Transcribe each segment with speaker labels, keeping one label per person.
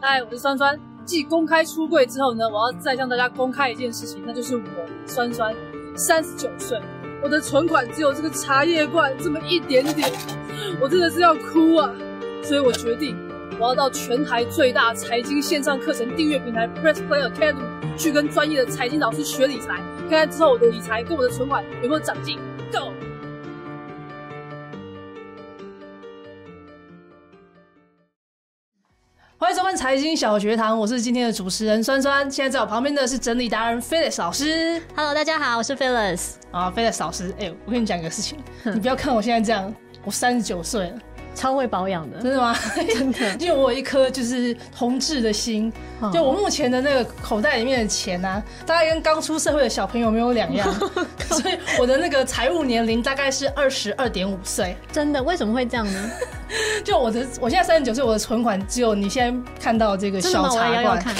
Speaker 1: 嗨，我是酸酸。继公开出柜之后呢，我要再向大家公开一件事情，那就是我酸酸三十九岁，我的存款只有这个茶叶罐这么一点点，我真的是要哭啊！所以我决定，我要到全台最大财经线上课程订阅平台 Press Play Academy 去跟专业的财经老师学理财，看看之后我的理财跟我的存款有没有长进。Go！欢迎收看《财经小学堂》，我是今天的主持人酸酸。现在在我旁边的是整理达人 Felix 老师
Speaker 2: Hello，大家好，我是 Phyllis。
Speaker 1: 啊，Felix 老师，哎、我跟你讲一个事情，你不要看我现在这样，我三十九岁了，
Speaker 2: 超会保养的，
Speaker 1: 真的吗？
Speaker 2: 真的
Speaker 1: 因为我有一颗就是同志的心，
Speaker 2: 哦
Speaker 1: 就我目前的那个口袋里面的钱啊，大概跟刚出社会的小朋友没有两 样，所以我的那个财务年龄大概是二十二点五岁。
Speaker 2: 真的，为什么会这样 呢？
Speaker 1: 就我的，我现在三十九岁，我的存款只有你现在看到这个
Speaker 2: 真的
Speaker 1: 小
Speaker 2: 吗？我
Speaker 1: 茶
Speaker 2: 来摇摇
Speaker 1: 罐，
Speaker 2: 看，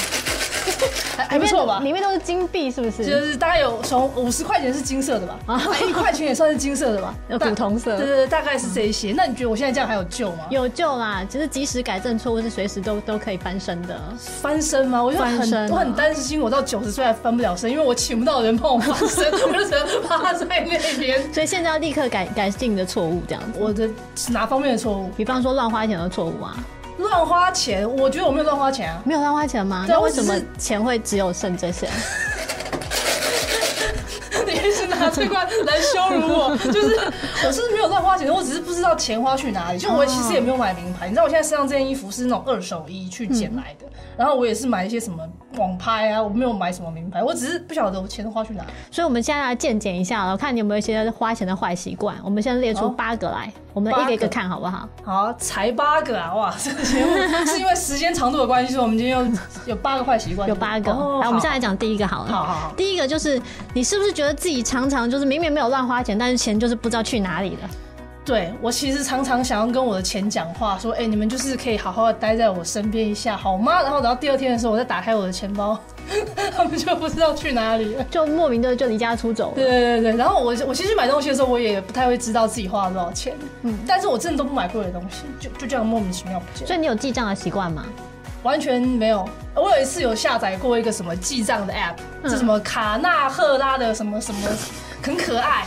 Speaker 1: 还还不错吧？
Speaker 2: 里面都是金币，是不是？
Speaker 1: 就是大概有从五十块钱是金色的吧，一块钱也算是金色的吧，
Speaker 2: 哦 有
Speaker 1: 大
Speaker 2: 古铜色
Speaker 1: 对对对，大概是这一些。那你觉得我现在这样还有救吗？
Speaker 2: 有救啦！就是即使改正错误，是随时都都可以翻身的。
Speaker 1: 翻身吗？我就
Speaker 2: 翻
Speaker 1: 很、
Speaker 2: 身啊
Speaker 1: 我很担心，我到九十岁还翻不了身，因为我请不到人帮我翻身，我就只能趴在那边。
Speaker 2: 所以现在要立刻改改进你的错误，这样子。
Speaker 1: 我的是哪方面的错误？
Speaker 2: 比方说乱花钱的错误啊，
Speaker 1: 乱花钱，我觉得我没有乱花钱啊。
Speaker 2: 没有乱花钱吗？
Speaker 1: 对
Speaker 2: 那
Speaker 1: 我
Speaker 2: 为
Speaker 1: 只
Speaker 2: 什
Speaker 1: 是
Speaker 2: 么钱会只有剩这些？
Speaker 1: 你是拿这块来羞辱我，就是我是没有乱花钱，我只是不知道钱花去哪里。
Speaker 2: 哦
Speaker 1: 就我其实也没有买名牌，你知道我现在身上这件衣服是那种二手衣去捡来
Speaker 2: 嗯
Speaker 1: 的，然后我也是买一些什么网拍啊，我没有买什么名牌，我只是不晓得我钱都花去哪里。
Speaker 2: 所以我们现在来鉴检一下了，看你有没有一些花钱的坏习惯。我们先列出
Speaker 1: 好
Speaker 2: 哦八个来，我们
Speaker 1: 八
Speaker 2: 一个一个
Speaker 1: 个
Speaker 2: 看好不好？
Speaker 1: 好，才八个啊！哇，这个节目是因为时间长度的关系，所以我们今天有有八个坏习惯，
Speaker 2: 有八个。
Speaker 1: 哦
Speaker 2: 来，我们
Speaker 1: 好
Speaker 2: 现在讲第一个好了。
Speaker 1: 好好好
Speaker 2: 第一个就是你是不是觉得自己常常就是明明没有乱花钱，但是钱就是不知道去哪里了？
Speaker 1: 对我其实常常想要跟我的钱讲话，说，哎、你们就是可以好好的待在我身边一下，好吗？然后等到第二天的时候，我再打开我的钱包， 他们就不知道去哪里了。
Speaker 2: 就莫名的就离家出走
Speaker 1: 对
Speaker 2: 了。
Speaker 1: 对对对，然后我我其实买东西的时候，我也不太会知道自己花了多少钱，嗯，但是我真的都不买贵的东西，就就这样莫名其妙不见了。
Speaker 2: 所以你有记账的习惯吗？
Speaker 1: 完全没有。我有一次有下载过一个什么记账的 app，是
Speaker 2: 嗯
Speaker 1: 什么卡纳赫拉的什么什 么，很可爱。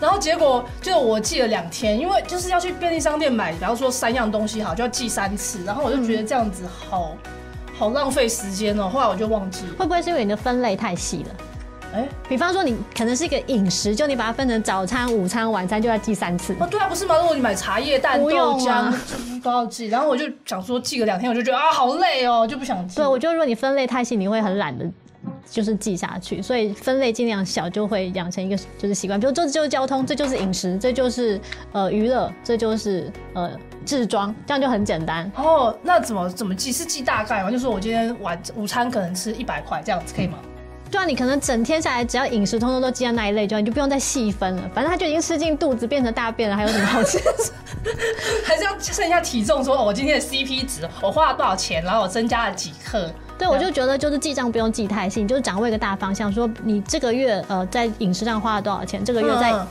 Speaker 1: 然后结果就我记了两天，因为就是要去便利商店买，比方说三样东西好，就要记三次。然后我就觉得这样子好、
Speaker 2: 嗯
Speaker 1: 好浪费时间哦、后来我就忘记了。
Speaker 2: 会不会是因为你的分类太细了？
Speaker 1: 哎、
Speaker 2: 比方说你可能是一个饮食，就你把它分成早餐、午餐、晚餐，就要记三次。
Speaker 1: 哦，对啊，不是吗？如果你买茶叶蛋、
Speaker 2: 不
Speaker 1: 豆
Speaker 2: 用
Speaker 1: 浆
Speaker 2: 啊
Speaker 1: 都要记，然后我就想说记个两天，我就觉得啊好累哦、就不想记。
Speaker 2: 对，我觉得如果你分类太细，你会很懒得。就是记下去，所以分类尽量小，就会养成一个就是习惯。比如这就是交通，这就是饮食，这就是呃娱乐，这就是呃置装，这样就很简单。
Speaker 1: 哦，那怎么怎么记？是记大概吗？就说我今天晚午餐可能吃一百块这样子可以吗？
Speaker 2: 对啊，你可能整天下来，只要饮食通通都记在那一类就好，你就不用再细分了。反正它就已经吃进肚子，变成大便了，还有什么好 吃？
Speaker 1: 还是要剩下体重说，哦我今天的 CP 值，我花了多少钱，然后我增加了几克。
Speaker 2: 对，我就觉得就是记账不用记太细，你就掌握一个大方向，说你这个月呃在饮食上花了多少钱，这个月在
Speaker 1: 嗯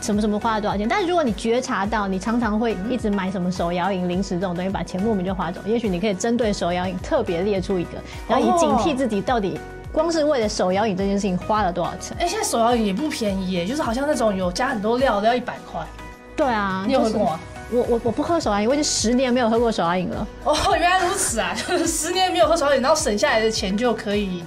Speaker 2: 什么什么花了多少钱。但是如果你觉察到你常常会一直买什么手摇饮、零食这种东西，把钱莫名就花走，也许你可以针对手摇饮特别列出一个，然后以警惕自己到底光是为了手摇饮这件事情花了多少钱。
Speaker 1: 哎、现在手摇饮也不便宜耶，就是好像那种有加很多料的要一百块。
Speaker 2: 对啊，
Speaker 1: 你有喝
Speaker 2: 就是
Speaker 1: 过吗？
Speaker 2: 我我我不喝手摇饮，我已经十年没有喝过手摇饮了。
Speaker 1: 哦，原来如此啊！ 就是十年没有喝手摇饮，然后省下来的钱就可以，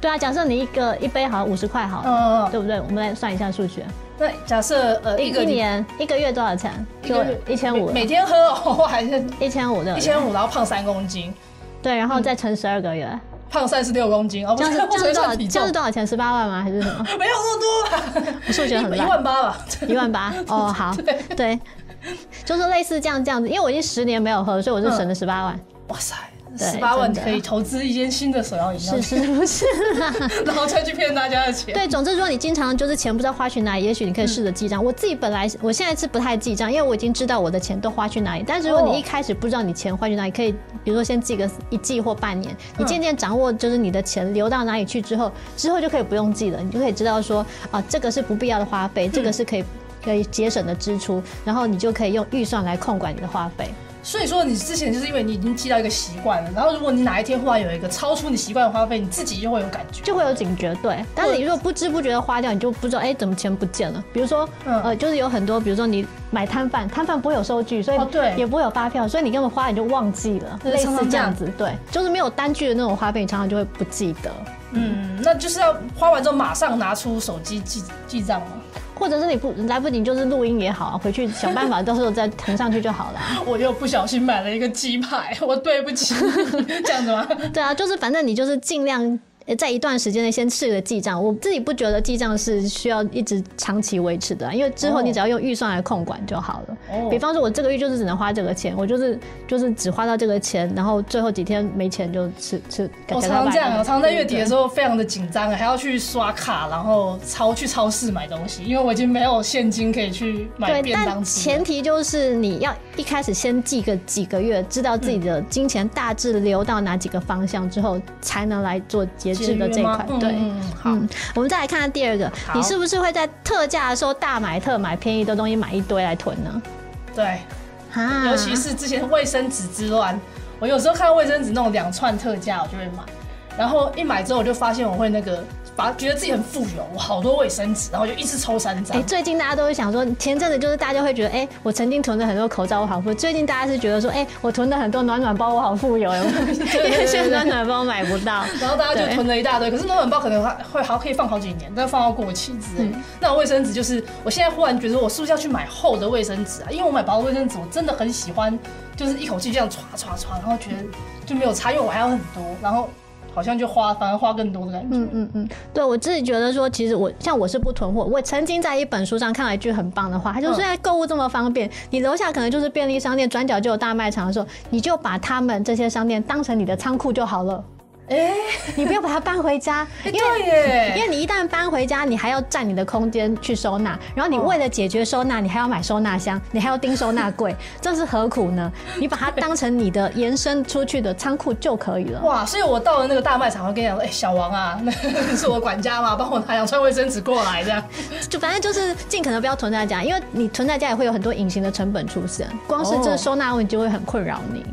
Speaker 2: 对啊，假设你一个一杯好像五十块好了，
Speaker 1: 嗯，嗯嗯
Speaker 2: 对不对？我们来算一下数学，
Speaker 1: 那假设呃
Speaker 2: 一
Speaker 1: 一个
Speaker 2: 哎一
Speaker 1: 礼
Speaker 2: 年一个月多少钱？
Speaker 1: 一
Speaker 2: 就
Speaker 1: 个月
Speaker 2: 一千五，
Speaker 1: 每天喝哦，哇还是
Speaker 2: 一千五的
Speaker 1: 一，千五，然后胖三公斤，
Speaker 2: 对，然后再乘十二个月，
Speaker 1: 胖三十六公斤哦，不
Speaker 2: 这样
Speaker 1: 是
Speaker 2: 是
Speaker 1: 我
Speaker 2: 这样是
Speaker 1: 才
Speaker 2: 多少？
Speaker 1: 算体
Speaker 2: 这样
Speaker 1: 重
Speaker 2: 是，多少钱？十八万吗？还 是什么？
Speaker 1: 没有那么多吧？
Speaker 2: 我数学很
Speaker 1: 一
Speaker 2: 烂
Speaker 1: 万八吧？
Speaker 2: 一万 八？哦，好，对，就是类似这样这样子，因为我已经十年没有喝，所以我
Speaker 1: 嗯
Speaker 2: 就省了十八万，
Speaker 1: 哇塞，
Speaker 2: 对
Speaker 1: 十八万
Speaker 2: 真的
Speaker 1: 可以投资一间新的手摇饮料
Speaker 2: 是是不是啦？
Speaker 1: 然后再去骗大家的钱。嗯
Speaker 2: 对，总之，如果你经常就是钱不知道花去哪里，也许你可以试着记账。我自己本来我现在是不太记账，因为我已经知道我的钱都花去哪里。但是如果
Speaker 1: 哦
Speaker 2: 你一开始不知道你钱花去哪里，可以比如说先记个一季或半年，
Speaker 1: 嗯
Speaker 2: 你渐渐掌握就是你的钱流到哪里去之后，之后就可以不用记了，你就可以知道说啊，这个是不必要的花
Speaker 1: 嗯
Speaker 2: 费，这个是可以。可以节省的支出，然后你就可以用预算来控管你的花费。
Speaker 1: 所以说，你之前就是因为你已经积到一个习惯了，然后如果你哪一天忽然有一个超出你习惯的花费，你自己就会有感觉。
Speaker 2: 就会有警觉，对。但是你如果不知不觉的花掉，你就不知道哎、怎么钱不见了。比如说，
Speaker 1: 嗯
Speaker 2: 呃，就是有很多，比如说你买摊贩，摊贩不会有收据，所以
Speaker 1: 哦对
Speaker 2: 也不会有发票，所以你根本花了你就忘记了，
Speaker 1: 对
Speaker 2: 类
Speaker 1: 常
Speaker 2: 似
Speaker 1: 常
Speaker 2: 这
Speaker 1: 这样
Speaker 2: 样子，对，就是没有单据的那种花费，你常常就会不记得，
Speaker 1: 嗯，那就是要花完之后马上拿出手机记记账嘛。
Speaker 2: 或者是你不来不及，就是录音也好啊，回去想办 法，到时候再腾上去就好了。
Speaker 1: 我又不小心买了一个鸡排， 我对不起，这样子吗？
Speaker 2: 对啊，就是反正你就是尽量。呃在一段时间内先试个记账，我自己不觉得记账是需要一直长期维持的啊、因为之后
Speaker 1: 哦
Speaker 2: 你只要用预算来控管就好了。
Speaker 1: 哦
Speaker 2: 比方说，我这个月就是只能花这个钱，我就是就是只花到这个钱，然后最后几天没钱就吃吃。改
Speaker 1: 我哦
Speaker 2: 改
Speaker 1: 常常
Speaker 2: 到
Speaker 1: 这样，
Speaker 2: 百
Speaker 1: 我
Speaker 2: 的
Speaker 1: 常常在月底的时
Speaker 2: 对
Speaker 1: 候非常的紧张，啊还要去刷卡，然后超去超市买东西，因为我已经没有现金可以去买
Speaker 2: 对，
Speaker 1: 便当
Speaker 2: 但
Speaker 1: 吃。
Speaker 2: 前提就是你要一开始先记个几个月，知道自己的金钱大致流到哪几个方向之后，才能来做节制的这一块
Speaker 1: 节约吗。
Speaker 2: 对，
Speaker 1: 嗯好，
Speaker 2: 嗯，我们再来看看第二个，
Speaker 1: 好
Speaker 2: 你是不是会在特价的时候大买特买，便宜的东西买一堆来囤呢？
Speaker 1: 对，
Speaker 2: 啊
Speaker 1: 尤其是之前卫生纸之乱，我有时候看到卫生纸那种两串特价，我就会买。然后一买之后，我就发现我会那个，把觉得自己很富有，我好多卫生纸，然后就一次抽三张。
Speaker 2: 哎、最近大家都会想说，前阵子就是大家会觉得，哎、我曾经囤了很多口罩，我好富有。最近大家是觉得说，哎、我囤了很多暖暖包，我好 富有，有没有因为现在暖暖包买不到。
Speaker 1: 然后大家就
Speaker 2: 对
Speaker 1: 囤了一大堆，可是暖暖包可能还会好可以放好几年，但放到过期之类
Speaker 2: 嗯
Speaker 1: 的。那我卫生纸就是，我现在忽然觉得我是不是要去买厚的卫生纸啊？因为我买薄的卫生纸，我真的很喜欢，就是一口气这样刷刷刷，然后觉得就没有差，因为我还要很多，然后好像就花，反而花更多的感觉。
Speaker 2: 嗯嗯嗯，对我自己觉得说，其实我像我是不囤货。我曾经在一本书上看到一句很棒的话，他
Speaker 1: 嗯
Speaker 2: 就说现在购物这么方便，你楼下可能就是便利商店，转角就有大卖场的时候，你就把他们这些商店当成你的仓库就好了。
Speaker 1: 哎、
Speaker 2: 你不要把它搬回家，因
Speaker 1: 对
Speaker 2: 为。因
Speaker 1: 耶，
Speaker 2: 为你一旦搬回家，你还要占你的空间去收纳，然后你
Speaker 1: 哦
Speaker 2: 为了解决收纳，你还要买收纳箱，你还要钉收纳柜， 这是何苦呢？你把它当成你的延伸出去的仓库就可以了。
Speaker 1: 哇！所以我到了那个大卖场，我跟你讲说，哎、小王啊， 那你是我管家嘛，帮我拿两串卫生纸过来，这样。
Speaker 2: 就反正就是尽可能不要囤在家，因为你囤在家也会有很多隐形的成本出现，光是这个收纳问题就会很困扰你。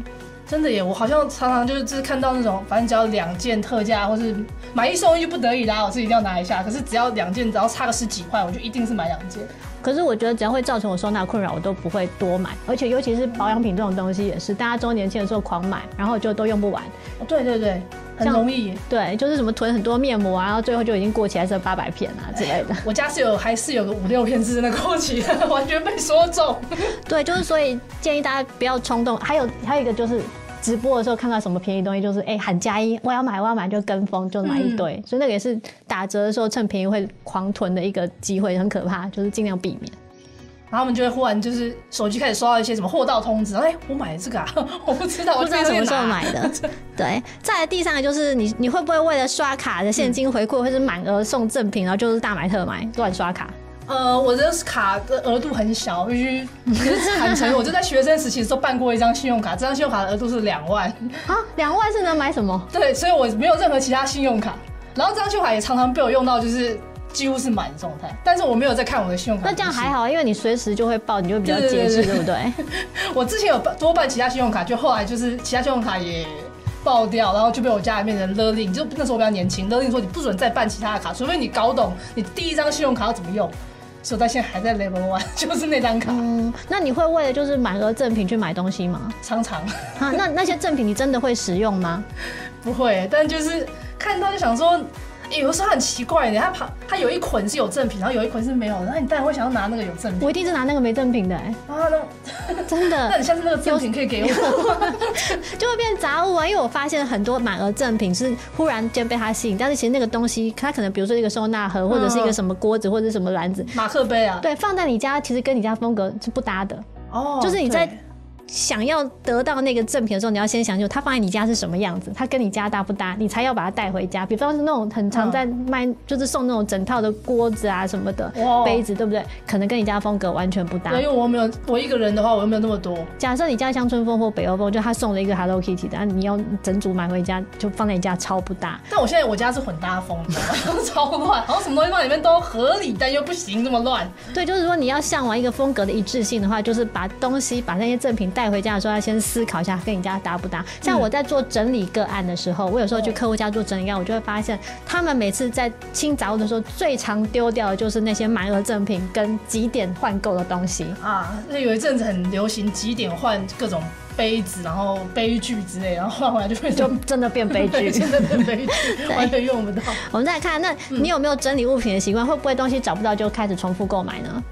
Speaker 1: 真的耶，我好像常常就是就是看到那种，反正只要两件特价，或是买一送一不得已啦，我是一定要拿一下。可是只要两件，只要差个十几块，我就一定是买两件。
Speaker 2: 可是我觉得只要会造成我收纳困扰，我都不会多买。而且尤其是保养品这种东西也是，大家周年庆的时候狂买，然后就都用不完。
Speaker 1: 哦对对对，很
Speaker 2: 像
Speaker 1: 容易耶。
Speaker 2: 对，就是什么囤很多面膜啊，然后最后就已经过期，还剩八百片啊之类的。
Speaker 1: 我家是有还是有个五六片是那个过期的， 完全被说中。
Speaker 2: 对，就是所以建议大家不要冲动。还有还有一个就是。直播的时候看到什么便宜东西，就是哎、喊加一，我要买我要买就跟风就买一堆，所以那个也是打折的时候趁便宜会狂囤的一个机会，很可怕，就是尽量避免。
Speaker 1: 然后他们就会忽然就是手机开始收到一些什么货到通知，哎、我买了这个啊， 我不知道，我
Speaker 2: 不知道
Speaker 1: 这
Speaker 2: 什
Speaker 1: 边
Speaker 2: 么
Speaker 1: 拿
Speaker 2: 时候。买的。 对，再来第三个就是你你会不会为了刷卡的现金回馈或是满额送赠品，然后就是大买特买乱刷卡？
Speaker 1: 呃，我的卡的额度很小，必须就是坦诚，我就在学生时期的时候办过一张信用卡，这张信用卡的额度是两万。
Speaker 2: 啊，两万是能买什么？
Speaker 1: 对，所以我没有任何其他信用卡。然后这张信用卡也常常被我用到，就是几乎是满的状态，但是我没有在看我的信用卡。
Speaker 2: 那这样还，好，因为你随时就会报，你就比较
Speaker 1: 对对
Speaker 2: 节
Speaker 1: 对
Speaker 2: 制，
Speaker 1: 对
Speaker 2: 对不 对？
Speaker 1: 我之前有办多办其他信用卡，就后来就是其他信用卡也爆掉，然后就被我家里面的人勒令，就那时候我比较年轻，勒令说你不准再办其他的卡，除非你搞懂你第一张信用卡要怎么用。所以我到现在还在 level one，就是那张卡，
Speaker 2: 嗯，那你会为了就是满额赠品去买东西吗？
Speaker 1: 常常
Speaker 2: 啊， 那那些赠品你真的会使用吗？
Speaker 1: 不会，但就是看到就想说。欸有的时候很奇怪呢，它旁它有一捆是有赠品，然后有一捆是没有的，那你当然会想要拿那个有赠品
Speaker 2: 我一定是拿那个没赠品 的、欸，
Speaker 1: 啊，那
Speaker 2: 真
Speaker 1: 那
Speaker 2: 的
Speaker 1: 你下次那个赠品可以给我。
Speaker 2: 就会变杂物啊。因为我发现很多满额赠品是忽然间被它吸引，但是其实那个东西，它可能比如说一个收纳盒，或者
Speaker 1: 嗯
Speaker 2: 是一个什么锅子，或者是什么篮子，
Speaker 1: 马克杯啊，
Speaker 2: 对，放在你家其实跟你家风格是不搭的。
Speaker 1: 哦
Speaker 2: 就是你在
Speaker 1: 对
Speaker 2: 想要得到那个赠品的时候，你要先想清楚它放在你家是什么样子，它跟你家搭不搭，你才要把它带回家。比方是那种很常在卖，就是送那种整套的锅子啊什么的、
Speaker 1: 哦哇
Speaker 2: 杯子，对不对？可能跟你家风格完全不搭
Speaker 1: 对，。因为我没有我一个人的话，我又没有那么多，
Speaker 2: 假设你家乡村风或北欧风，就他送了一个 Hello Kitty 的，啊你要整组买回家，就放在你家超不搭。
Speaker 1: 但我现在我家是混搭风， 你知道吗超乱，好像什么东西放里面都合理，但又不行这么乱。
Speaker 2: 对，就是说你要向往一个风格的一致性的话，就是把东西把那些赠品带回家的时候，要先思考一下跟你家搭不搭。像我在做整理个案的时候，我有时候去客户家做整理个案，我就会发现他们每次在清杂物的时候，最常丢掉的就是那些满额赠品跟几点换购的东西。
Speaker 1: 啊，那有一阵子很流行几点换各种杯子，然后杯具之类，然后换回来就变
Speaker 2: 就
Speaker 1: 成
Speaker 2: 真的变悲剧。
Speaker 1: 真的变杯 具，完全用不到。
Speaker 2: 我们再来看，那你有没有整理物品的习惯？会不会东西找不到就开始重复购买呢？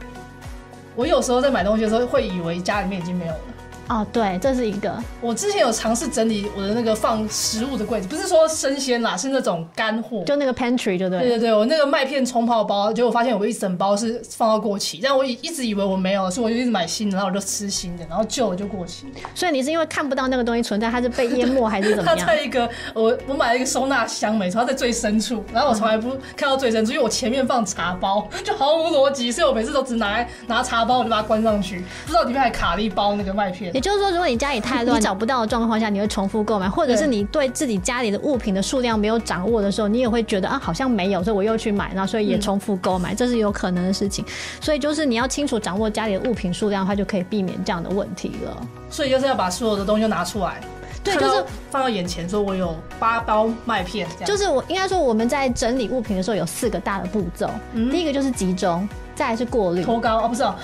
Speaker 1: 我有时候在买东西的时候，会以为家里面已经没有了。
Speaker 2: 哦，对，这是一个，
Speaker 1: 我之前有尝试整理我的那个放食物的柜子，不是说生鲜啦，是那种干货。
Speaker 2: 就那个 pantry 就对
Speaker 1: 对
Speaker 2: 了。
Speaker 1: 对对，我那个麦片冲泡包，结果发现有一整包是放到过期，但我一一直以为我没有，所以我就一直买新的，然后我就吃新的，然后旧的就过期。
Speaker 2: 所以你是因为看不到那个东西存在，它是被淹没还是怎
Speaker 1: 它
Speaker 2: 么样？
Speaker 1: 在一个我我买了一个收纳箱，没错，它在最深处，然后我从来不看到最深处，因为我前面放茶包， 就毫无逻辑，所以我每次都只拿来拿茶包，我就把它关上去，不知道里面还卡了一包那个麦片
Speaker 2: 也。就是说，如果你家里太乱，你找不到的状况下，你会重复购买，或者是
Speaker 1: 对
Speaker 2: 你对自己家里的物品的数量没有掌握的时候，你也会觉得啊，好像没有，所以我又去买，然后所以也重复购买，这是有可能的事情。所以就是你要清楚掌握家里的物品数量，它就可以避免这样的问题了。
Speaker 1: 所以就是要把所有的东西都拿出来，
Speaker 2: 对
Speaker 1: 看到
Speaker 2: 就是
Speaker 1: 放到眼前，说我有八包麦片，这样
Speaker 2: 就是我应该说我们在整理物品的时候有四个大的步骤，第一个就是集中，再来是过滤，
Speaker 1: 脱高哦，不是 哦，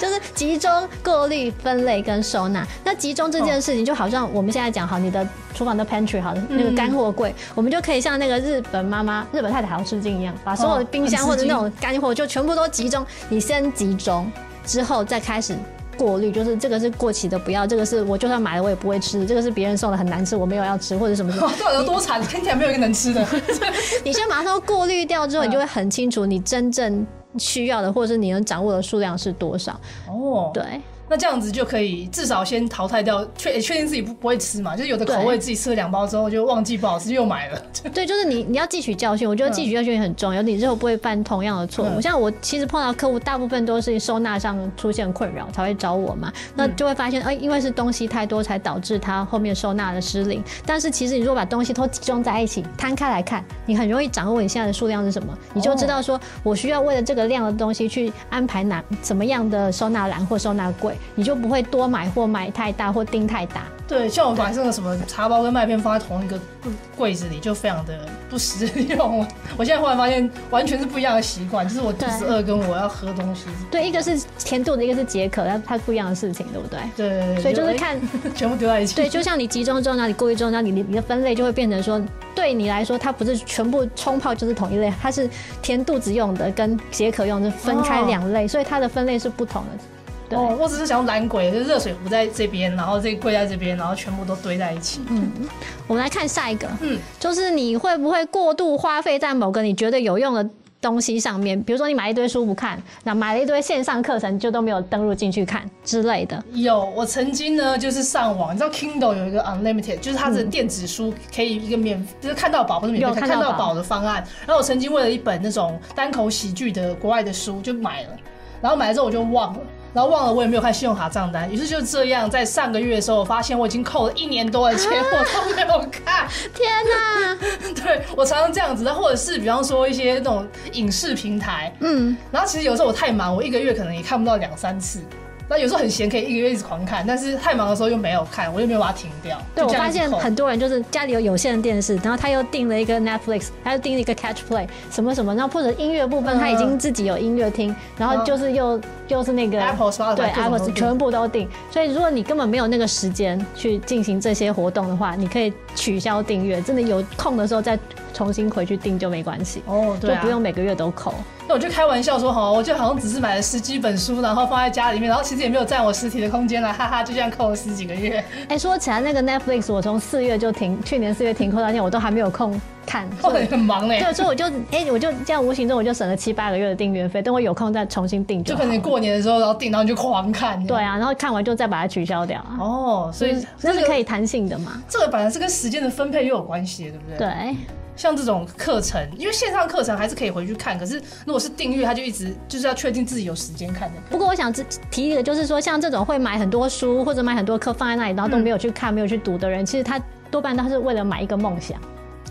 Speaker 2: 就是集中、过滤、分类跟收纳。那集中这
Speaker 1: 哦
Speaker 2: 件事情，就好像我们现在讲好你的厨房的 pantry 好了，那
Speaker 1: 嗯
Speaker 2: 个干货柜，我们就可以像那个日本妈妈、日本太太好吃惊一样，把所有的冰箱
Speaker 1: 哦
Speaker 2: 或
Speaker 1: 很
Speaker 2: 者
Speaker 1: 吃
Speaker 2: 那
Speaker 1: 惊
Speaker 2: 种干货就全部都集中，你先集中，之后再开始。过滤就是这个是过期的，不要；这个是我就算买了我也不会吃；这个是别人送的很难吃，我没有要吃，或者什么什么
Speaker 1: 哦，。到底有多惨，看起来没有一个能 吃的。
Speaker 2: 你先把它都过滤掉之
Speaker 1: 嗯
Speaker 2: 后，你就会很清楚你真正需要的，或者是你能掌握的数量是多少。
Speaker 1: 哦，
Speaker 2: 对，
Speaker 1: 那这样子就可以至少先淘汰掉，确确定自己不不会吃嘛，就是有的口味
Speaker 2: 对
Speaker 1: 自己吃了两包之后就忘记不好吃又买 了，
Speaker 2: 对，就是你你要汲取教训，我觉得汲取教训也很重要，你日后不会犯同样的错误。
Speaker 1: 嗯
Speaker 2: 像我其实碰到客户，大部分都是收纳上出现困扰才会找我嘛，那就会发现，哎、因为是东西太多才导致他后面收纳的失灵。但是其实你如果把东西都集中在一起摊开来看，你很容易掌握你现在的数量是什么，你就知道说我需要为了这个量的东西去安排哪怎么样的收纳篮或收纳柜，你就不会多买或买太大或盯太大。
Speaker 1: 对，像我把这个什么茶包跟麦片放在同一个柜柜子里，就非常的不实用了。 我现在忽然发现，完全是不一样的习惯，就是我肚子
Speaker 2: 对
Speaker 1: 饿跟我要喝东西。
Speaker 2: 对，一个是甜度的，一个是解渴，它它不一样的事情，对不对？
Speaker 1: 对，
Speaker 2: 所以就是
Speaker 1: 哎
Speaker 2: 看
Speaker 1: 全部丢在一起。
Speaker 2: 对，就像你集中之后，那你过滤之后，那你你的分类就会变成说，对你来说，它不是全部冲泡就是同一类，它是填肚子用的跟解渴用的分开
Speaker 1: 哦
Speaker 2: 两类，所以它的分类是不同的。对，
Speaker 1: 哦，我只是想要懒鬼，就是热水壶在这边，然后这个柜在这边，然后全部都堆在一
Speaker 2: 嗯
Speaker 1: 起。
Speaker 2: 我们来看下一个，嗯
Speaker 1: 嗯，
Speaker 2: 就是你会不会过度花费在某个你觉得有用的东西上面？比如说你买一堆书不看，那买了一堆线上课程就都没有登录进去看之类的。
Speaker 1: 有，我曾经呢就是上网，你知道 Kindle 有一个 Unlimited，就是它的电子书可以一个免，就是看到宝不是免
Speaker 2: 嗯有
Speaker 1: 费看，
Speaker 2: 看
Speaker 1: 看
Speaker 2: 到
Speaker 1: 到
Speaker 2: 宝
Speaker 1: 宝的方案。然后我曾经为了一本那种单口喜剧的国外的书就买了，然后买了之后我就忘了。然后忘了我也没有看信用卡账单，于是就这样，在上个月的时候，我发现我已经扣了一年多的钱，
Speaker 2: 啊
Speaker 1: 我都没有看。
Speaker 2: 天哪，
Speaker 1: 对我常常这样子，然后或者是比方说一些那种影视平台，
Speaker 2: 嗯，
Speaker 1: 然后其实有时候我太忙，我一个月可能也看不到两三次。那有时候很闲，可以一个月一直狂看，但是太忙的时候又没有看，我又没有把它停掉。
Speaker 2: 对，
Speaker 1: 就
Speaker 2: 我
Speaker 1: 这样
Speaker 2: 发
Speaker 1: 一直
Speaker 2: 现
Speaker 1: 扣
Speaker 2: 很多人就是家里有有线的电视，然后他又订了一个 Netflix，他又订了一个 Catch Play 什么什么，然后或者音乐部
Speaker 1: 嗯
Speaker 2: 分他已经自己有音乐厅，然后就是又又是那个
Speaker 1: Apple Spotify
Speaker 2: 对
Speaker 1: 各种
Speaker 2: Apple
Speaker 1: 都订
Speaker 2: 全部都订，所以如果你根本没有那个时间去进行这些活动的话，你可以取消订阅，真的有空的时候再重新回去订就没关系。
Speaker 1: 哦，
Speaker 2: 就
Speaker 1: 对啊，
Speaker 2: 不用每个月都扣，
Speaker 1: 那我就开玩笑说，哈，我就好像只是买了十几本书，然后放在家里面，然后其实也没有占我实体的空间了，哈哈，就这样扣了十几个 月。
Speaker 2: 哎、说起来那个 Netflix，我从四月就停，去年四月停扣到现在，我都还没有空看，
Speaker 1: 我
Speaker 2: 所以
Speaker 1: 哦很很忙嘞，
Speaker 2: 对，所以我就哎、我就这样无形中我就省了七八个月的订阅费，等我有空再重新订就
Speaker 1: 就
Speaker 2: 好
Speaker 1: 可能过年的时候，然后订，然后你就狂看。
Speaker 2: 对，啊，然后看完就再把它取消掉啊。
Speaker 1: 哦，所以
Speaker 2: 就是
Speaker 1: 这
Speaker 2: 那是可
Speaker 1: 个
Speaker 2: 以弹性的嘛？
Speaker 1: 这个本来是跟时间的分配又有关系的，对不对？
Speaker 2: 对，
Speaker 1: 像这种课程，因为线上课程还是可以回去看，可是如果是订阅，他就一直就是要确定自己有时间看的。
Speaker 2: 不过我想只提一个，就是说像这种会买很多书
Speaker 1: 嗯
Speaker 2: 或者买很多课放在那里，然后都没有去看、没有去读的人，其实他多半他是为了买一个梦想。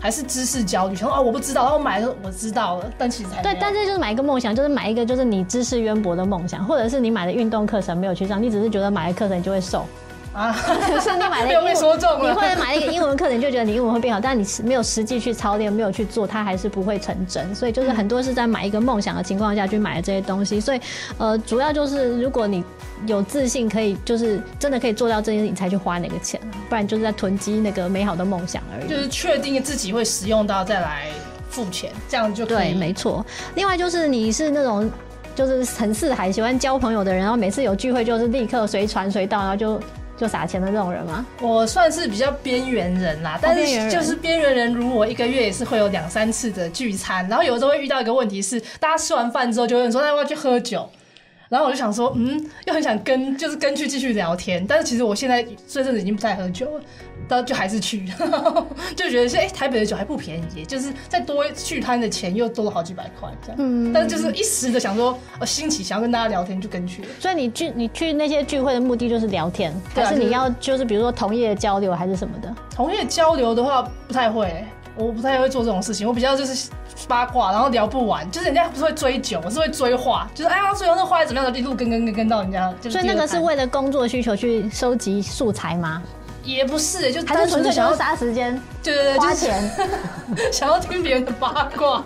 Speaker 1: 还是知识焦虑，想说啊我不知道，然后买了我知道了，但其实还没
Speaker 2: 对
Speaker 1: 有，
Speaker 2: 但这就是买一个梦想，就是买一个就是你知识渊博的梦想，或者是你买的运动课程没有去上，你只是觉得买了课程你就会瘦，
Speaker 1: 啊，
Speaker 2: 可是你买了
Speaker 1: 被
Speaker 2: 英文
Speaker 1: 被说 中
Speaker 2: 你
Speaker 1: 了
Speaker 2: 或。者买了一个英文课程，你就觉得你英文会变好，但你没有实际去操练，没有去做，它还是不会成真。所以就是很多是在买一个梦想的情况下去买了这些东西。所以，呃，主要就是如果你有自信，可以就是真的可以做到这些，你才去花那个钱， 不然就是在囤积那个美好的梦想而已。
Speaker 1: 就是确定自己会使用到再来付钱，这样就可以。
Speaker 2: 对，没错。另外就是你是那种。就是很四海喜欢交朋友的人，然后每次有聚会就是立刻随传随到，然后就就撒钱的这种人吗？
Speaker 1: 我算是比较边缘人啦，但
Speaker 2: 哦边缘
Speaker 1: 是
Speaker 2: 人
Speaker 1: 就是边缘人，如我一个月也是会有两三次的聚餐，然后有时候会遇到一个问题是，大家吃完饭之后就会问说，那要不要去喝酒？然后我就想说，嗯，又很想跟，就是跟去继续聊天，但是其实我现在这阵子已经不太喝酒了， 但就还是去，就觉得是哎、台北的酒还不便宜，就是再多续摊的钱又多了好几百块这样，嗯，但是就是一时的想说，哦，兴起想要跟大家聊天就跟去了。
Speaker 2: 所以你去你去那些聚会的目的就是聊天，
Speaker 1: 对啊
Speaker 2: 还是
Speaker 1: 就是
Speaker 2: 你要就是比如说同业交流还是什么的？
Speaker 1: 同业交流的话不太会、我不太会做这种事情，我比较就是八卦，然后聊不完，就是人家不是会追酒，我是会追话，就是哎呀，最后那话怎么样的，一路跟跟跟跟到人家，就是
Speaker 2: 所以那
Speaker 1: 第
Speaker 2: 个
Speaker 1: 二
Speaker 2: 是
Speaker 1: 摊
Speaker 2: 为了工作需求去收集素材吗？
Speaker 1: 也不是、就
Speaker 2: 还
Speaker 1: 单
Speaker 2: 是纯
Speaker 1: 纯
Speaker 2: 粹
Speaker 1: 的
Speaker 2: 就
Speaker 1: 想
Speaker 2: 是
Speaker 1: 要
Speaker 2: 杀时间
Speaker 1: 对 对对，
Speaker 2: 花
Speaker 1: 就是
Speaker 2: 钱？
Speaker 1: 想要听别人的八卦，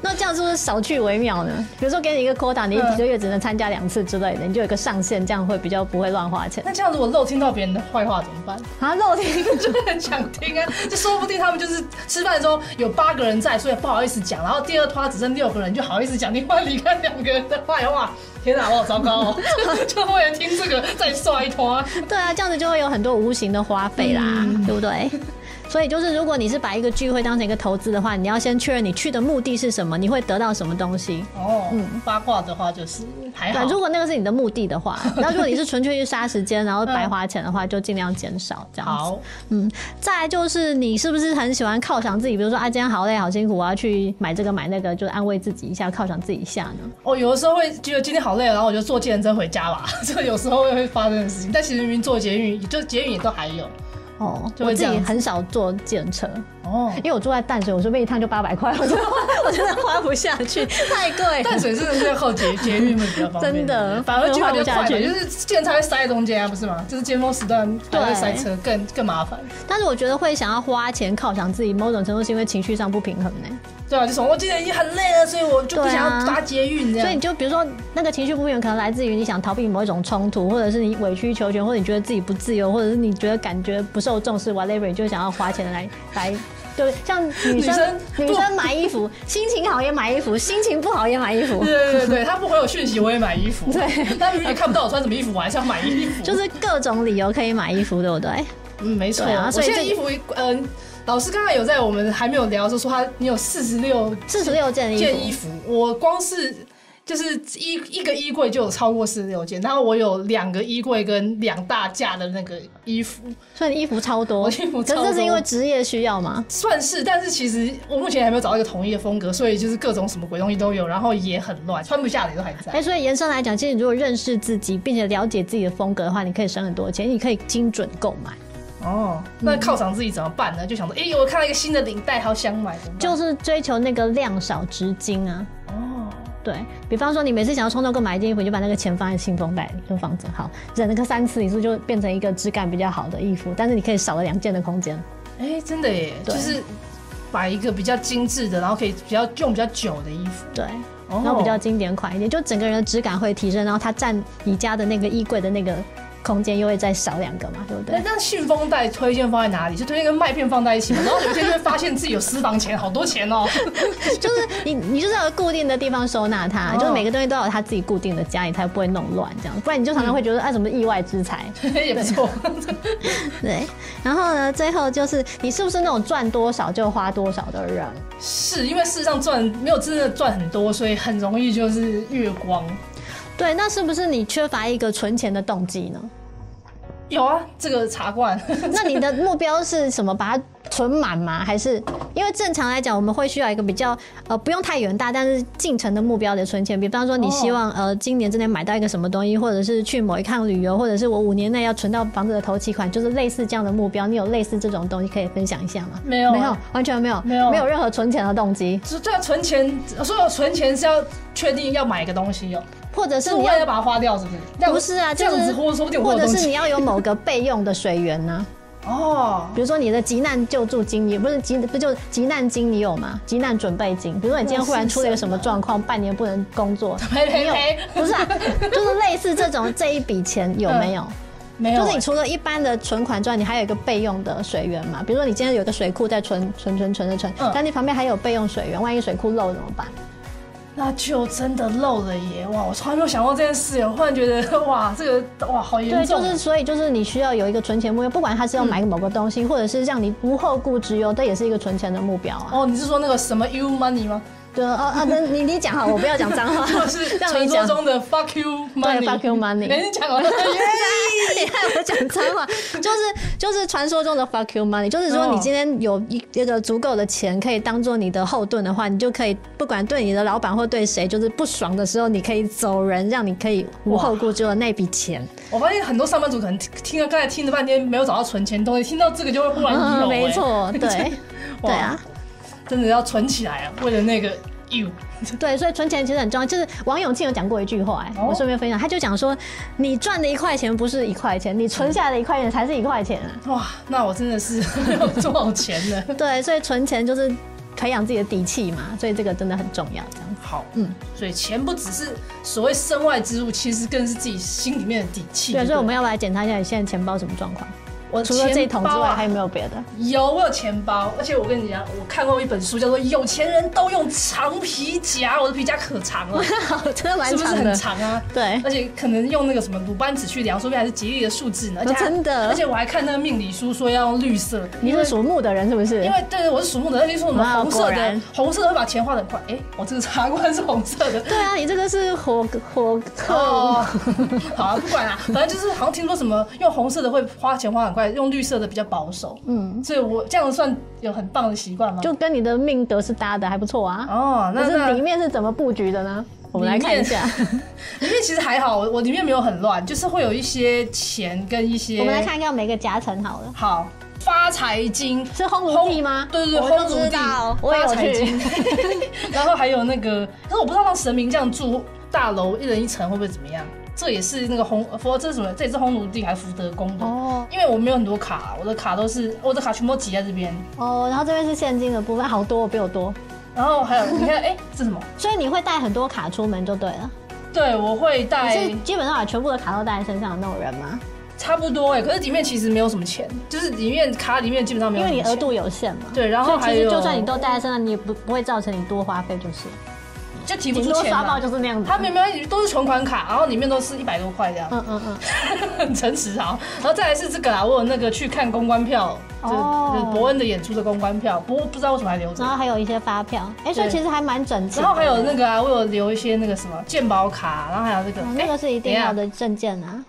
Speaker 2: 那这样是不是少去为妙呢？比如说给你一个 quota，你
Speaker 1: 嗯
Speaker 2: 一个月只能参加两次之类的，你就有一个上限，这样会比较不会乱 花钱。
Speaker 1: 那这样如果漏听到别人的坏话怎么办？
Speaker 2: 啊，漏听
Speaker 1: 就很想听啊，就说不定他们就是吃饭的时候有八个人在，所以不好意思讲，然后第二趴只剩六个人，就好意思讲另外离开两个人的坏话。啊天哪，我好糟糕哦！就为了听这个再刷一拖。
Speaker 2: 对啊，这样子就会有很多无形的花费啦，
Speaker 1: 嗯
Speaker 2: 对不对？所以就是，如果你是把一个聚会当成一个投资的话，你要先确认你去的目的是什么，你会得到什么东西。
Speaker 1: 哦，八卦的话就是还
Speaker 2: 对
Speaker 1: 好
Speaker 2: 啊，。如果那个是你的目的 的话，那如果你是纯粹去杀时间，然后白花钱的话，就尽量减少这样子。
Speaker 1: 好，
Speaker 2: 嗯，再来就是你是不是很喜欢犒赏自己？比如说啊，今天好累，好辛苦，我要去买这个买那个，就安慰自己一下，犒赏自己一下呢？
Speaker 1: 我哦有的时候会觉得今天好累，然后我就坐计程车回家 吧，这个有时候会会发生的事情。但其实明明坐捷运，就捷运也都还有。
Speaker 2: 哦，
Speaker 1: 就
Speaker 2: 我
Speaker 1: 会
Speaker 2: 自
Speaker 1: 这样
Speaker 2: 己
Speaker 1: 子
Speaker 2: 很少坐电车，
Speaker 1: 哦，
Speaker 2: 因为我住在淡水，我随便一趟就 八百块，我真的我真的花不下去，太贵。
Speaker 1: 淡水真的是后捷捷运会比较方便，
Speaker 2: 真的
Speaker 1: 反而就
Speaker 2: 换不
Speaker 1: 比较
Speaker 2: 下
Speaker 1: 快嘛，
Speaker 2: 去
Speaker 1: 就是计程车会塞在中间啊，不是吗？就是尖峰时段还会塞车，更更麻烦。
Speaker 2: 但是我觉得会想要花钱犒赏自己，某种程度是因为情绪上不平衡呢、
Speaker 1: 对啊，就是我今天已经很累了，所以我就不
Speaker 2: 对啊
Speaker 1: 想要搭捷运这
Speaker 2: 所以
Speaker 1: 样。
Speaker 2: 你就比如说，那个情绪不平衡可能来自于你想逃避某一种冲突，或者是你委曲求全，或者你觉得自己不自由，或者是你觉得感觉不受重视，whatever，你就想要花 钱来来。就是像女
Speaker 1: 女
Speaker 2: 生
Speaker 1: 生，
Speaker 2: 女
Speaker 1: 不
Speaker 2: 生买衣服，心情好也买衣服，心情不好也买衣 服
Speaker 1: 对，对对对，他不回我讯息，我也买衣服。
Speaker 2: 对，
Speaker 1: 但明明看不到我穿什么衣服，我还是要买衣服。
Speaker 2: 就是各种理由可以买衣服，对不对？
Speaker 1: 嗯，没错。
Speaker 2: 对啊
Speaker 1: 我
Speaker 2: 所以
Speaker 1: 现在
Speaker 2: 这
Speaker 1: 衣服，嗯、老师刚才有在我们还没有聊的时候说他你有四十六
Speaker 2: 四十六件衣服，
Speaker 1: 件衣服，我光是就是一一个衣柜就有超过四十六件，然后我有两个衣柜跟两大架的那个衣服，
Speaker 2: 所以你衣服超多。
Speaker 1: 我衣服
Speaker 2: 可
Speaker 1: 超
Speaker 2: 是这是因
Speaker 1: 多
Speaker 2: 为职业需要吗？
Speaker 1: 算是，但是其实我目前还没有找到一个统一的风格，所以就是各种什么鬼东西都有，然后也很乱，穿不下的也都还在。
Speaker 2: 哎、所以延伸来讲，其实你如果认识自己，并且了解自己的风格的话，你可以省很多钱，你可以精准购买。
Speaker 1: 哦，那犒赏自己怎么办呢？就想说，哎、我看到一个新的领带，好想买，怎么办
Speaker 2: 就是追求那个量少值精啊。
Speaker 1: 哦，
Speaker 2: 对比方说，你每次想要冲动购买一件衣服，你就把那个钱放在信封袋里，就放着。好，忍了个三次，你是不是就变成一个质感比较好的衣服？但是你可以少了两件的空间。
Speaker 1: 哎、真的耶，
Speaker 2: 对
Speaker 1: 就是买一个比较精致的，然后可以比较用比较久的衣服，
Speaker 2: 对，
Speaker 1: 然
Speaker 2: 然后比较经典款一点，就整个人的质感会提升，然后它占你家的那个衣柜的那个空间又会再少两个嘛，对不
Speaker 1: 那
Speaker 2: 对？
Speaker 1: 哎那信封袋推荐放在哪里？就推荐跟麦片放在一起嘛。然后有一天就会发现自己有私房钱，好多钱 哦。
Speaker 2: 就是你你就是要有固定的地方收纳它，
Speaker 1: 哦
Speaker 2: 就是每个东西都要有它自己固定的家，你才不会弄乱这样，不然你就常常会觉得、啊什么意外之财，
Speaker 1: 也不错。
Speaker 2: 对，然后呢，最后就是你是不是那种赚多少就花多少的人？
Speaker 1: 是因为事实上赚没有真的赚很多，所以很容易就是月光。
Speaker 2: 对，那是不是你缺乏一个存钱 的动机呢？
Speaker 1: 有啊，这个茶罐
Speaker 2: 那你的目标是什么？把它存满吗？还是因为正常来讲，我们会需要一个比较呃不用太远大，但是近程的目标的存钱。比方说，你希望、呃今年之内买到一个什么东西，或者是去某一趟旅游，或者是我五年内要存到房子的头期款，就是类似这样的目标。你有类似这种东西可以分享一下吗？
Speaker 1: 没有啊
Speaker 2: 没有，啊完全没有，
Speaker 1: 没有啊
Speaker 2: 没有任何存钱的动机，
Speaker 1: 只对啊，存钱，所有存钱是要确定要买一个东西哦、
Speaker 2: 或者是
Speaker 1: 是
Speaker 2: 你
Speaker 1: 为
Speaker 2: 要
Speaker 1: 了把它花掉，是不是？这样
Speaker 2: 啊不是啊，
Speaker 1: 这
Speaker 2: 就
Speaker 1: 样
Speaker 2: 是
Speaker 1: 子或说不定我
Speaker 2: 或
Speaker 1: 有
Speaker 2: 者
Speaker 1: 东
Speaker 2: 是
Speaker 1: 西
Speaker 2: 你要有某个备用的水源呢、
Speaker 1: 哦，
Speaker 2: 比如说你的急难救助金，也不是急，不就急难金你有吗？急难准备金，比如说你今天忽然出了一个什么状况，半年不能工 作，
Speaker 1: 呸
Speaker 2: 你
Speaker 1: 呸
Speaker 2: 有
Speaker 1: 呸，
Speaker 2: 不是啊，就是类似这种这一笔钱有嗯没有？
Speaker 1: 没有
Speaker 2: 就
Speaker 1: 欸、
Speaker 2: 是你除了一般的存款之外，你还有一个备用的水源嘛？比如说你今天有一个水库在存存存存存存，
Speaker 1: 嗯
Speaker 2: 但你旁边还有备用水源，万一水库漏怎么办？
Speaker 1: 那就真的漏了耶！哇，我从来没有想过这件事耶，我忽然觉得哇，这个哇好
Speaker 2: 对，
Speaker 1: 严重。
Speaker 2: 就
Speaker 1: 哦
Speaker 2: 是所以就是你需要有一个存钱目标，不管它是要买某个东西，或者是让你无后顾之忧，这也是一个存钱的目标啊。
Speaker 1: 哦，你是说那个什么 you money 吗？
Speaker 2: 对，哦哦，那你你讲好，我不要讲脏 话，
Speaker 1: 或是
Speaker 2: 让
Speaker 1: 传
Speaker 2: 你
Speaker 1: 说
Speaker 2: 讲。
Speaker 1: 中的 fuck you money？
Speaker 2: 对，fuck you money
Speaker 1: 哎你讲完了，
Speaker 2: 你害我讲脏话，就是就是传说中的 fuck you money，就是说
Speaker 1: 哦
Speaker 2: 你今天有一一个足够的钱可以当做你的后盾的话，你就可以不管对你的老板或对谁，就是不爽的时候，你可以走人，让你可以无后顾之忧的那笔钱。
Speaker 1: 我发现很多上班族可能听听了刚才听了半天没有找到存钱的东西，听到这个就会忽然有、哎
Speaker 2: 嗯没， 错，对
Speaker 1: 哇
Speaker 2: 对啊。
Speaker 1: 真的要存起来啊，为了那个 you。
Speaker 2: 对，所以存钱其实很重要。就是王永庆有讲过一句话、哎、
Speaker 1: 哦
Speaker 2: 我顺便分享，他就讲说，你赚的一块钱不是一块钱，你存下的一块钱才是一块钱啊。
Speaker 1: 哇，那我真的是 没有多少钱呢。
Speaker 2: 对，所以存钱就是培养自己的底气嘛，所以这个真的很重要。这样子，
Speaker 1: 好，
Speaker 2: 嗯
Speaker 1: 嗯，所以钱不只是所谓身外之物，其实更是自己心里面的底气。
Speaker 2: 对，所以我
Speaker 1: 不
Speaker 2: 们要来检查一下你现在钱包什么状况。
Speaker 1: 我
Speaker 2: 除了这一桶之
Speaker 1: 钱包
Speaker 2: 外，
Speaker 1: 啊
Speaker 2: 还有没有别 的？
Speaker 1: 有，我有钱包，而且我跟你讲，我看过一本书，叫做《有钱人都用长皮夹》，我的皮夹可长了，是
Speaker 2: 真的 蛮
Speaker 1: 不是
Speaker 2: 长
Speaker 1: 很
Speaker 2: 的。
Speaker 1: 长啊？
Speaker 2: 对
Speaker 1: 而且可能用那个什么鲁班尺去量，说不定还是吉利的数字呢。而且还
Speaker 2: 真的
Speaker 1: 而且我还看那个命理书说要用绿色的，
Speaker 2: 你是属木的人是不是？
Speaker 1: 因为对，我是属木的，而且说什么红色
Speaker 2: 啊哇果然
Speaker 1: 的，红色的会把钱花的很快。哎，我这个茶罐是红色 的，
Speaker 2: 对啊，你这个是火火克。
Speaker 1: 哦，好、啊，不管啦、反正就是好像听说什么用红色的会花钱花很快，用绿色的比较保守。
Speaker 2: 嗯
Speaker 1: 嗯，所以我这样算有很棒的习惯吗？
Speaker 2: 就跟你的命德是搭的，还不错啊。
Speaker 1: 哦，那
Speaker 2: 可是
Speaker 1: 那
Speaker 2: 里面是怎么布局的呢？我们来看一下，
Speaker 1: 里面其实还好，我我里面没有很乱，就是会有一些钱跟一些。
Speaker 2: 我们来看一下每个夹层好了。
Speaker 1: 好发财金。
Speaker 2: 是烘炉地吗？
Speaker 1: 对对对，
Speaker 2: 我就
Speaker 1: 烘炉
Speaker 2: 知
Speaker 1: 地
Speaker 2: 道，我也
Speaker 1: 发
Speaker 2: 有
Speaker 1: 财
Speaker 2: 去
Speaker 1: 金。， 然后还有那个，但是我不知道让神明这样住大楼，一人一层会不会怎么样？这也是那个红佛，这是什么？这也是烘炉地还是福德宫的？
Speaker 2: 哦
Speaker 1: 因为我没有很多卡，我的卡都是我的卡全部都挤在这边，
Speaker 2: 哦，然后这边是现金的部分，好多，比我多。
Speaker 1: 然后还有你看， 哎、这什么？
Speaker 2: 所以你会带很多卡出门就对了。
Speaker 1: 对，我会
Speaker 2: 你
Speaker 1: 带
Speaker 2: 是基本上把全部的卡都带在身上的那种人吗？
Speaker 1: 差不多哎、可是里面其实没有什么钱，就是里面卡里面基本上没
Speaker 2: 因
Speaker 1: 有
Speaker 2: 为
Speaker 1: 什么
Speaker 2: 你
Speaker 1: 钱，
Speaker 2: 额度有限嘛。
Speaker 1: 对，然后
Speaker 2: 所
Speaker 1: 还
Speaker 2: 以其
Speaker 1: 有
Speaker 2: 实就算你都带在身上，你也不不会造成你多花费，就是
Speaker 1: 就提不
Speaker 2: 顶
Speaker 1: 出
Speaker 2: 多
Speaker 1: 钱
Speaker 2: 刷爆
Speaker 1: 嘛。
Speaker 2: 就是那样子。
Speaker 1: 它没没有都是存款卡，然后里面都是一百多块这样，
Speaker 2: 嗯嗯嗯，
Speaker 1: 很 诚实啊。然后再来是这个啦，我有那个去看公关票，就
Speaker 2: 哦
Speaker 1: 就是伯恩的演出的公关票，不过不知道为什么还留着
Speaker 2: 然。后还有一些发票，哎，所以
Speaker 1: 对
Speaker 2: 其实还蛮整齐的。
Speaker 1: 然后还有那个啊，我有留一些那个什么鉴宝卡，然后还有这个
Speaker 2: 哦，那个
Speaker 1: 哎
Speaker 2: 是一定要的证件啊。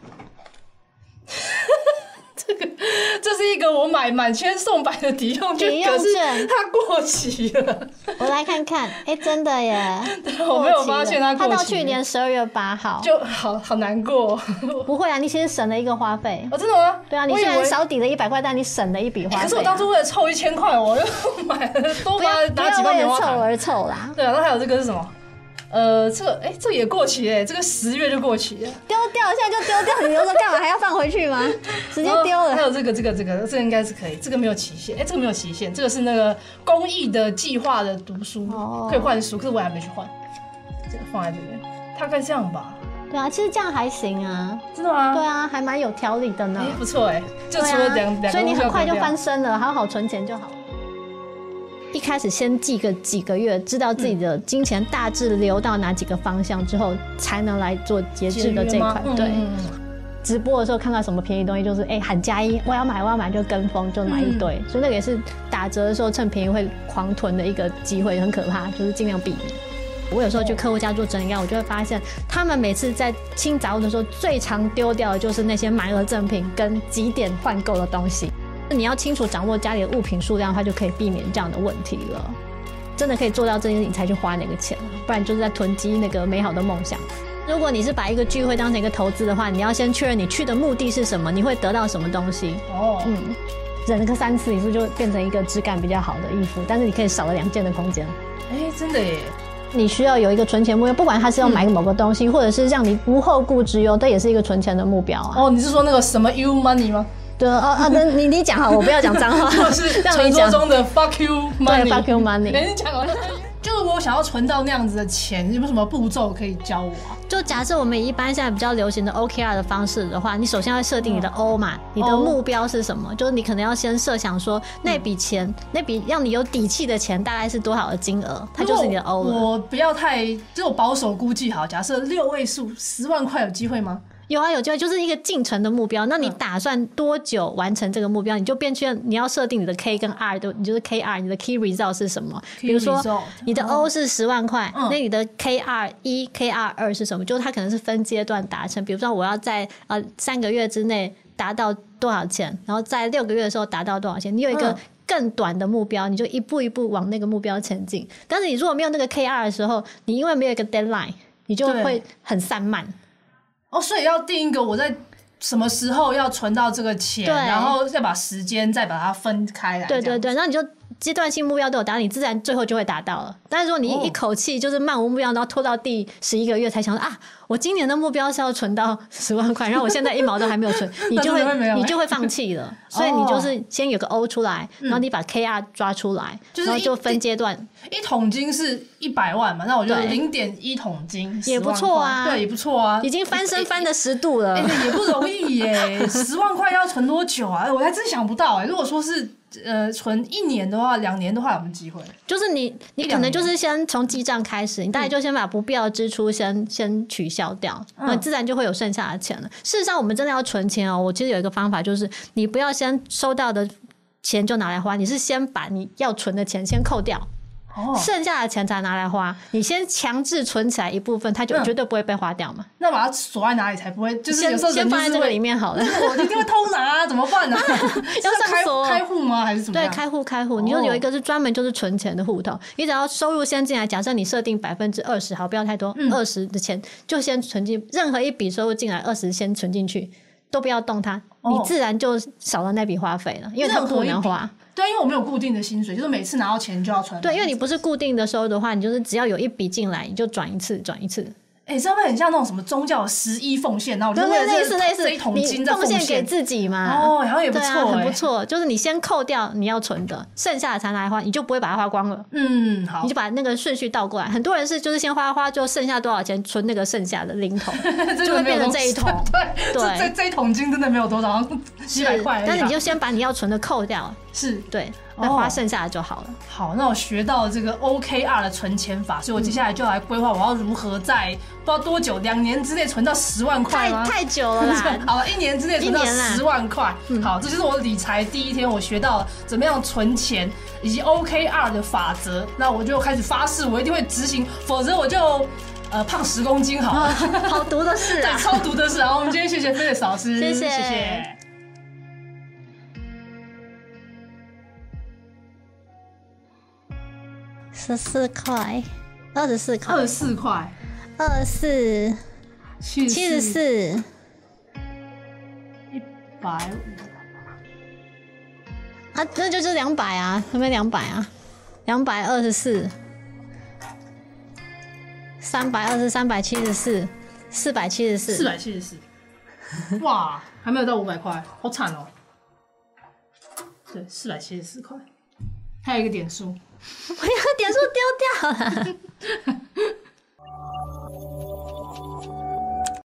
Speaker 1: 哎这是一个我买满千送百的抵用券，
Speaker 2: 抵用
Speaker 1: 可是
Speaker 2: 券
Speaker 1: 它过期了，
Speaker 2: 我来看看，哎，真的 耶，
Speaker 1: 我没有发现它
Speaker 2: 它
Speaker 1: 过期。
Speaker 2: 到去年十二月八号。
Speaker 1: 就好好难过。
Speaker 2: 不会啊，你其实省了一个花费。
Speaker 1: 哦，真的吗？
Speaker 2: 对啊，你
Speaker 1: 我以
Speaker 2: 虽然
Speaker 1: 为。
Speaker 2: 少抵了一百块，但你省了一笔花费啊、
Speaker 1: 可是我当初为了凑一千块，我又买了多
Speaker 2: 不要
Speaker 1: 拿
Speaker 2: 不
Speaker 1: 拿
Speaker 2: 要
Speaker 1: 几包
Speaker 2: 为
Speaker 1: 棉
Speaker 2: 了
Speaker 1: 花
Speaker 2: 凑哎
Speaker 1: 糖。
Speaker 2: 而凑啦，
Speaker 1: 对啊，然后还有这个是什么？呃，这个哎、这个也过期哎、这个十月就过期了，
Speaker 2: 丢掉现在就丢掉，你留着干嘛？还要放回 去吗？直接丢
Speaker 1: 哦然后还
Speaker 2: 了。
Speaker 1: 有这个这个这个，这个应该是可以，这个没有期限，哎、这个没有期限，这个是那个公益的计划的读书，
Speaker 2: 哦
Speaker 1: 可以换书，可是我还没去换，这个放在这边，大概这样吧。
Speaker 2: 对啊，其实这样还行啊。
Speaker 1: 真的吗？
Speaker 2: 对啊，还蛮有条理的呢
Speaker 1: 哎、。不错哎、就除了
Speaker 2: 对
Speaker 1: 两两、
Speaker 2: 啊，
Speaker 1: 个
Speaker 2: 所以你
Speaker 1: 东西
Speaker 2: 很
Speaker 1: 要
Speaker 2: 快
Speaker 1: 丢
Speaker 2: 就
Speaker 1: 掉
Speaker 2: 翻身了，好好存钱就好了。一开始先记个几个月，知道自己
Speaker 1: 嗯
Speaker 2: 的金钱大致流到哪几个方向之后，才能来做节制的这一块
Speaker 1: 节约吗。
Speaker 2: 对，
Speaker 1: 嗯嗯嗯
Speaker 2: 直播的时候看到什么便宜东西，就是哎、喊加一，我要买我要买就跟风就买一堆，所以那个也是打折的时候趁便宜会狂囤的一个机会，很可怕，就是尽量避免。我有时候去客户家做整理，我就会发现，他们每次在清杂物的时候，最常丢掉的就是那些满额赠品跟几点换购的东西。你要清楚掌握家里的物品数量，它就可以避免这样的问题了。真的可以做到这件事，你才去花那个钱，啊不然就是在囤积那个美好的梦想。如果你是把一个聚会当成一个投资的话，你要先确认你去的目的是什么，你会得到什么东西。
Speaker 1: 哦，
Speaker 2: 嗯，忍个三次，你是不是就变成一个质感比较好的衣服？但是你可以少了两件的空间。
Speaker 1: 哎，真的耶，
Speaker 2: 你需要有一个存钱目标，不管它是要买某个东西，或者是让你无后顾之忧，这也是一个存钱的目标啊。
Speaker 1: 哦，你是说那个什么 you money 吗？
Speaker 2: 对哦啊，那你你讲好，我不要讲脏话，
Speaker 1: 或者是
Speaker 2: 让
Speaker 1: 传
Speaker 2: 你讲
Speaker 1: 说。中的 fuck you
Speaker 2: 啊对
Speaker 1: money？
Speaker 2: ，fuck you money。
Speaker 1: 哎，你讲完了。 就是我想要存到那样子的钱，有没有什么步骤可以教我啊？
Speaker 2: 就假设我们以一般现在比较流行的 OKR 的方式的话，你首先要设定你的 O 嘛，你的目标是什么？就是你可能要先设想说那笔钱，那笔让你有底气的钱大概是多少的金额，它就是你的 O
Speaker 1: 如
Speaker 2: 了。
Speaker 1: 果我不要太，就我保守估计好，假设六位数十万块有机会吗？
Speaker 2: 有啊，有机会，就是一个进程的目标。那
Speaker 1: 嗯
Speaker 2: 你打算多久完成这个目标？你就变去你要设定你的 K 跟 R 都，你就是 KR，你的 key result 是什么？
Speaker 1: Key
Speaker 2: 比如说
Speaker 1: result，
Speaker 2: 你的 O 是十万块，
Speaker 1: 嗯
Speaker 2: 那你的 KR 一、KR 二是什么？就是它可能是分阶段达成。比如说我要在呃三个月之内达到多少钱，然后在六个月的时候达到多少钱？你有一个
Speaker 1: 嗯。
Speaker 2: 更短的目标，你就一步一步往那个目标前进。但是你如果没有那个 KR 的时候，你因为没有一个 deadline，你就
Speaker 1: 对
Speaker 2: 会很散漫。
Speaker 1: 哦，所以要定一个我在什么时候要存到这个钱，
Speaker 2: 对
Speaker 1: 然后再把时间再把它分开来。
Speaker 2: 对
Speaker 1: 这
Speaker 2: 对
Speaker 1: 样，
Speaker 2: 对，那你就阶段性目标都有达到，你自然最后就会达到了。但是如果你
Speaker 1: 哦
Speaker 2: 一口气就是漫无目标，然后拖到第十一个月才想说啊，我今年的目标是要存到十万块，然后我现在一毛都还没 有存，你就
Speaker 1: 那真的会没有欸
Speaker 2: 会
Speaker 1: 哦
Speaker 2: 你就会放弃 了。所以你就是先有个 O 出来，然后你把 KR 抓出来，
Speaker 1: 嗯就是
Speaker 2: 然后
Speaker 1: 一
Speaker 2: 就分阶段。
Speaker 1: 一桶金是一百万嘛，那我就
Speaker 2: 对
Speaker 1: 零点一桶金，
Speaker 2: 也
Speaker 1: 10万
Speaker 2: 不错啊
Speaker 1: 块对，也不错啊
Speaker 2: 已。经翻身翻了十度了
Speaker 1: 哎、，也不容易耶， 十万块要存多久啊？我还真想不到哎。如果说是呃存一年的话，两年的话有没有机会？
Speaker 2: 就是你，你可能就是先从记账开
Speaker 1: 嗯
Speaker 2: 始，你大概就先把不必要的支出先先取消掉，
Speaker 1: 嗯
Speaker 2: 那、自然就会有剩下的钱了。事实上，我们真的要存钱哦。我其实有一个方法，就是你不要先收到的钱就拿来花，你是先把你要存的钱先扣掉，
Speaker 1: 哦，
Speaker 2: 剩下的钱才拿来花。你先强制存起来一部分，它就
Speaker 1: 嗯
Speaker 2: 绝对不会被花掉嘛。
Speaker 1: 那把它锁在哪里才不会？就是有
Speaker 2: 先
Speaker 1: 时候人
Speaker 2: 先
Speaker 1: 就
Speaker 2: 放在
Speaker 1: 是
Speaker 2: 这个
Speaker 1: 会
Speaker 2: 里面好 了。
Speaker 1: 我一定会偷拿、啊，怎么办呢、
Speaker 2: 要
Speaker 1: 是开
Speaker 2: 上锁
Speaker 1: 开户吗？还是怎么
Speaker 2: 对，
Speaker 1: 样？
Speaker 2: 开户开户，你
Speaker 1: 哦
Speaker 2: 就有一个是专门就是存钱的户头，你只要收入先进来，假设你设定百分之二十，好，不要太多，
Speaker 1: 嗯
Speaker 2: 二十、的钱就先存进，任何一笔收入进来，二十先存进去，都不要动它，
Speaker 1: 哦
Speaker 2: 你自然就少了那笔花费了，因为它
Speaker 1: 任何
Speaker 2: 不
Speaker 1: 一
Speaker 2: 能
Speaker 1: 笔
Speaker 2: 花。
Speaker 1: 对，因为我没有固定的薪水，就是每次拿到钱就要啊存。
Speaker 2: 对，因为你不是固定的收入的话，你就是只要有一笔进来，你就转一次，转一次，
Speaker 1: 哎、这会很像那种什么宗教的十一奉献，然后我就
Speaker 2: 对
Speaker 1: 为
Speaker 2: 对，
Speaker 1: 了这
Speaker 2: 类似类似
Speaker 1: 这一，桶
Speaker 2: 你
Speaker 1: 金在
Speaker 2: 奉献给
Speaker 1: 献。
Speaker 2: 自己嘛。
Speaker 1: 哦，然后也不
Speaker 2: 对
Speaker 1: 错、
Speaker 2: 啊，很不
Speaker 1: 哎。
Speaker 2: 错，就是你先扣掉你要存的，剩下的才拿来花，你就不会把它花光了。
Speaker 1: 嗯，好
Speaker 2: 你就，把那个顺序倒过来。很多人是就是先花花，就剩下多少钱存那个剩下的零头，就会
Speaker 1: 没有
Speaker 2: 变成
Speaker 1: 东
Speaker 2: 这
Speaker 1: 西
Speaker 2: 一桶。
Speaker 1: 对，这
Speaker 2: 对
Speaker 1: 这这一桶金真的没有多少，好像 几百块而已吧。
Speaker 2: 但是你就先把你要存的扣掉，
Speaker 1: 是
Speaker 2: 对，那
Speaker 1: 哦
Speaker 2: 花剩下的就好了。
Speaker 1: 好，那我学到了这个 OKR 的存钱法，所以我接下来就来规划我要如何在不知道多久两年之内存到十万块
Speaker 2: 太
Speaker 1: 吗？
Speaker 2: 太久了啦，
Speaker 1: 好了，一年之内存到
Speaker 2: 一年啦嗯
Speaker 1: 十万块。好，这就是我理财第一天，我学到了怎么样存钱以及 OKR 的法则。那我就开始发誓，我一定会执行，否则我就呃胖十公斤 好了。
Speaker 2: 好毒的事
Speaker 1: 对，
Speaker 2: 哦啊！
Speaker 1: 超毒的是。好，我们今天谢谢菲利斯老师，
Speaker 2: 谢谢
Speaker 1: 谢谢
Speaker 2: 十四块，二十四
Speaker 1: 二十，四块，
Speaker 2: 二四
Speaker 1: 七
Speaker 2: 四，
Speaker 1: 一百五。
Speaker 2: 啊，那就是两百啊，还没两百啊，两百二十四，三百二十三百七十四，四百七十四，
Speaker 1: 四百七十四，哇，还没有到五百块，好惨哦、对，四百七十四块，还有一个点数，
Speaker 2: 我要点数丢掉了。